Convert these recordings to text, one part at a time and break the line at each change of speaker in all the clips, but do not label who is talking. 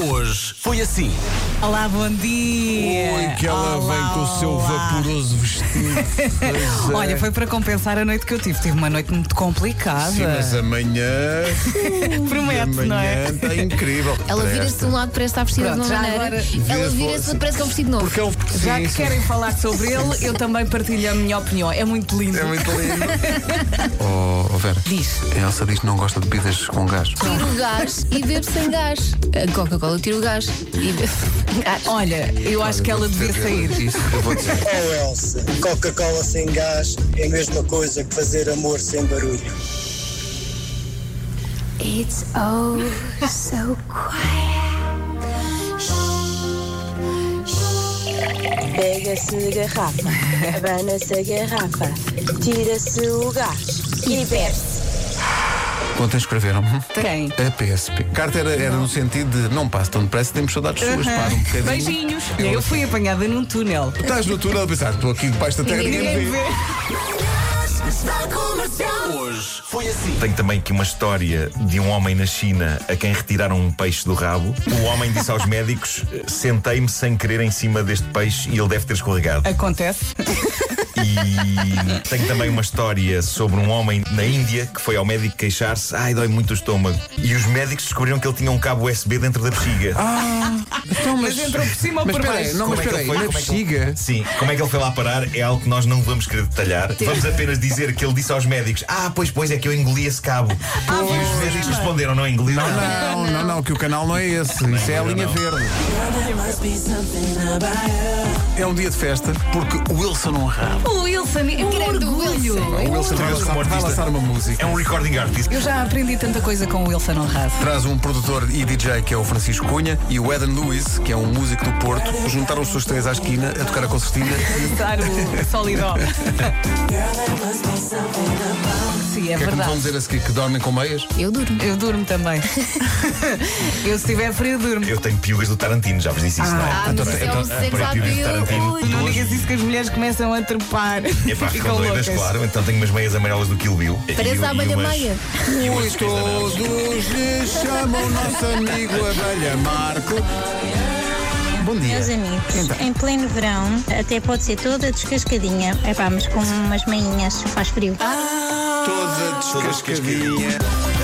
hoje foi assim.
Olá, bom dia!
Ui, que ela
Olá,
vem com o seu
olá.
vaporoso vestido. Pois é.
Olha, foi para compensar a noite que eu tive. Tive uma noite muito complicada.
é. Sim, mas amanhã.
Promete,
amanhã
não é?
Está incrível.
Ela
Presta.
vira-se de um lado, parece estar vestida
Pronto,
de
já
uma maneira.
agora-
Ela
Vira-se
vira-se,
para-
parece que é um vestido novo.
Porque é um.
Já
sim,
que
sim.
querem falar sobre ele, eu também partilho a minha opinião. É muito lindo.
É muito lindo.
Oh, oh, Vera,
Diz.
a Elsa diz que não gosta de bebidas com gás.
Tira o gás e bebe sem gás. A Coca-Cola tira o gás e bebe sem gás.
Olha, eu acho que ela devia sair.
Isso eu vou dizer.
Oh Elsa, Coca-Cola sem gás é a mesma coisa que fazer amor sem barulho.
It's oh so quiet.
Pega-se a garrafa, abana-se a garrafa, tira-se o gás e bebe-se.
Ontem escreveram
Quem?
a PSP. A carta era, era no sentido de não passa tão depressa, temos saudades suas, para um bocadinho.
Beijinhos. Eu fui apanhada num túnel.
Estás no túnel a pensar, estou aqui debaixo da terra. ninguém me
Ninguém
vê.
vê.
Tenho também aqui uma história de um homem na China a quem retiraram um peixe do rabo. O homem disse aos médicos: sentei-me sem querer em cima deste peixe e ele deve ter escorregado.
Acontece.
E tenho também uma história sobre um homem na Índia que foi ao médico queixar-se: ai, dói muito o estômago. E os médicos descobriram que ele tinha um cabo USB dentro da bexiga.
Então,
Mas entrou por cima ou
mas
por
espera aí,
baixo?
Não, mas
Como é que
espera aí,
ele foi?
na
Como é que ele-
bexiga.
Sim, como é que ele foi lá parar é algo que nós não vamos querer detalhar. Vamos apenas dizer que ele disse aos médicos: Ah, pois, pois, é que eu engoli esse cabo. e os médicos responderam: Não engoli
Ah, Não,
nada."
não, não, não, que o canal não é esse. Isso é a
não,
linha
não.
verde. É um dia de festa, porque o Wilson Honrado.
O Wilson, é um
Grande
orgulho.
O Wilson vai
Trabalha
lançar-
como
vai
artista.
lançar uma música.
É um recording artist.
Eu já aprendi tanta coisa com o Wilson Honrado.
Traz um produtor e DJ que é o Francisco Cunha e o Eden Lewis, que é um músico do Porto, juntaram-se os três à esquina a tocar a concertina.
Dar o solidó. Sim, é
O que é que me
verdade.
vão dizer a seguir? Que dormem com meias?
Eu durmo.
Eu durmo também. eu, se tiver frio, durmo.
Eu tenho piugas do Tarantino, já vos disse isso, não é?
Ah, mas é um
ah, para
desenfado.
piugas do
Ui.
Tarantino.
Não
duas-
digas isso que as mulheres começam a trepar.
Epá,
Ficam
ficam doidas,
loucas.
claro. Então tenho umas meias amarelas do Kill Bill.
Parece
E-
a
e
abelha
umas-
Maia.
e umas
Pois
picas amarelas.
todos lhe chamam nosso amigo Abelha Marco. Bom dia.
Meus amigos,
Então.
em pleno verão, até pode ser toda descascadinha. É pá, mas com umas meinhas faz frio.
Toda descascadinha.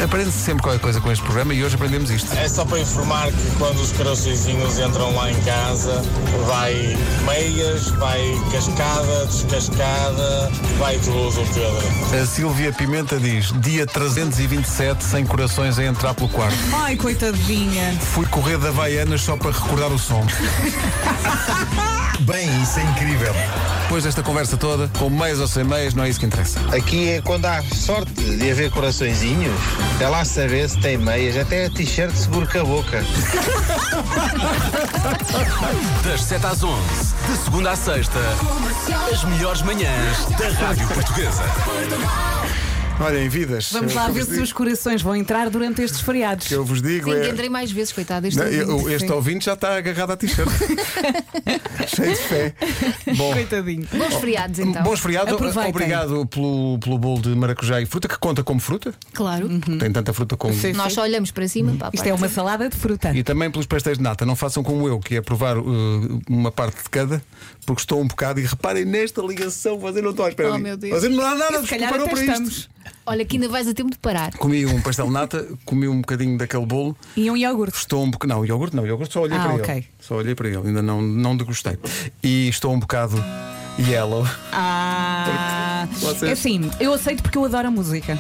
Aprende-se sempre qualquer coisa com este programa e hoje aprendemos isto.
É só para informar que quando os carocezinhos entram lá em casa, vai meias, vai cascada, descascada, vai tudo, Pedro.
A Silvia Pimenta diz: dia 327, sem corações a entrar pelo quarto.
Ai, coitadinha.
Fui correr da Havaianas só para recordar o som.
Bem, isso é incrível.
Depois desta conversa toda, com meias ou sem meias, não é isso que interessa.
Aqui é quando há sorte de haver coraçõezinhos. Até lá saber se tem meias, até a t-shirt se burca a boca.
Das 7 às 11, de segunda à sexta, as melhores manhãs da Rádio Portuguesa.
Olha, em vidas.
Vamos
eu-
lá
eu
ver
vos
se os
digo-
corações vão entrar durante estes feriados.
que Eu vos digo.
Sim,
é-
que entrei mais vezes, coitado. Este
Não, eu-
ouvinte.
este ouvinte já está agarrado à t-shirt. Cheio de fé. Bom.
Coitadinho.
Bons feriados, então.
Bons feriados,
Aproveitem.
obrigado pelo, pelo bolo de maracujá e fruta, que conta como fruta.
Claro.
Tem tanta fruta como.
Hum. Sim.
Nós só olhamos para cima. Para a
Isto é
parte.
uma salada de fruta.
E também pelos pastéis de nata. Não façam como eu, que é provar uh, uma parte de cada, porque estou um bocado. E reparem nesta ligação, vocês não estão à espera.
Oh,
disto.
meu Deus.
Vocês não há
E
nada,
se calhar
preparou
até
para
estamos.
isto.
Olha, que ainda vais a tempo de parar.
Comi um pastel de nata, comi um bocadinho daquele bolo.
E um iogurte.
Estou um bocado. Não, o iogurte não, o iogurte só olhei
Ah,
para
ok.
ele. Só olhei para ele, ainda não, não degustei. E estou um bocado yellow.
Ah,
Vocês-
é assim, eu aceito porque eu adoro a música.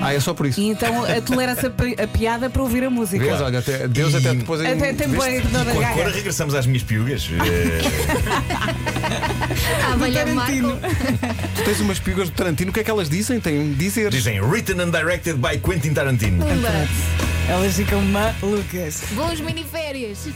Ah, é só por isso.
E então a tolerância a piada para ouvir a música.
Vês, olha, até, Deus
E-
até depois em-
Até tem boa Dona
Com a cor,
Gaga.
regressamos às minhas piugas. Eh,
A abelha Marco.
Tu tens umas pigas de Tarantino, o que é que elas dizem? Tem um dizer.
Dizem Written and Directed
É
by Quentin Tarantino.
Pumba.
Elas ficam malucas.
Bons miniférias.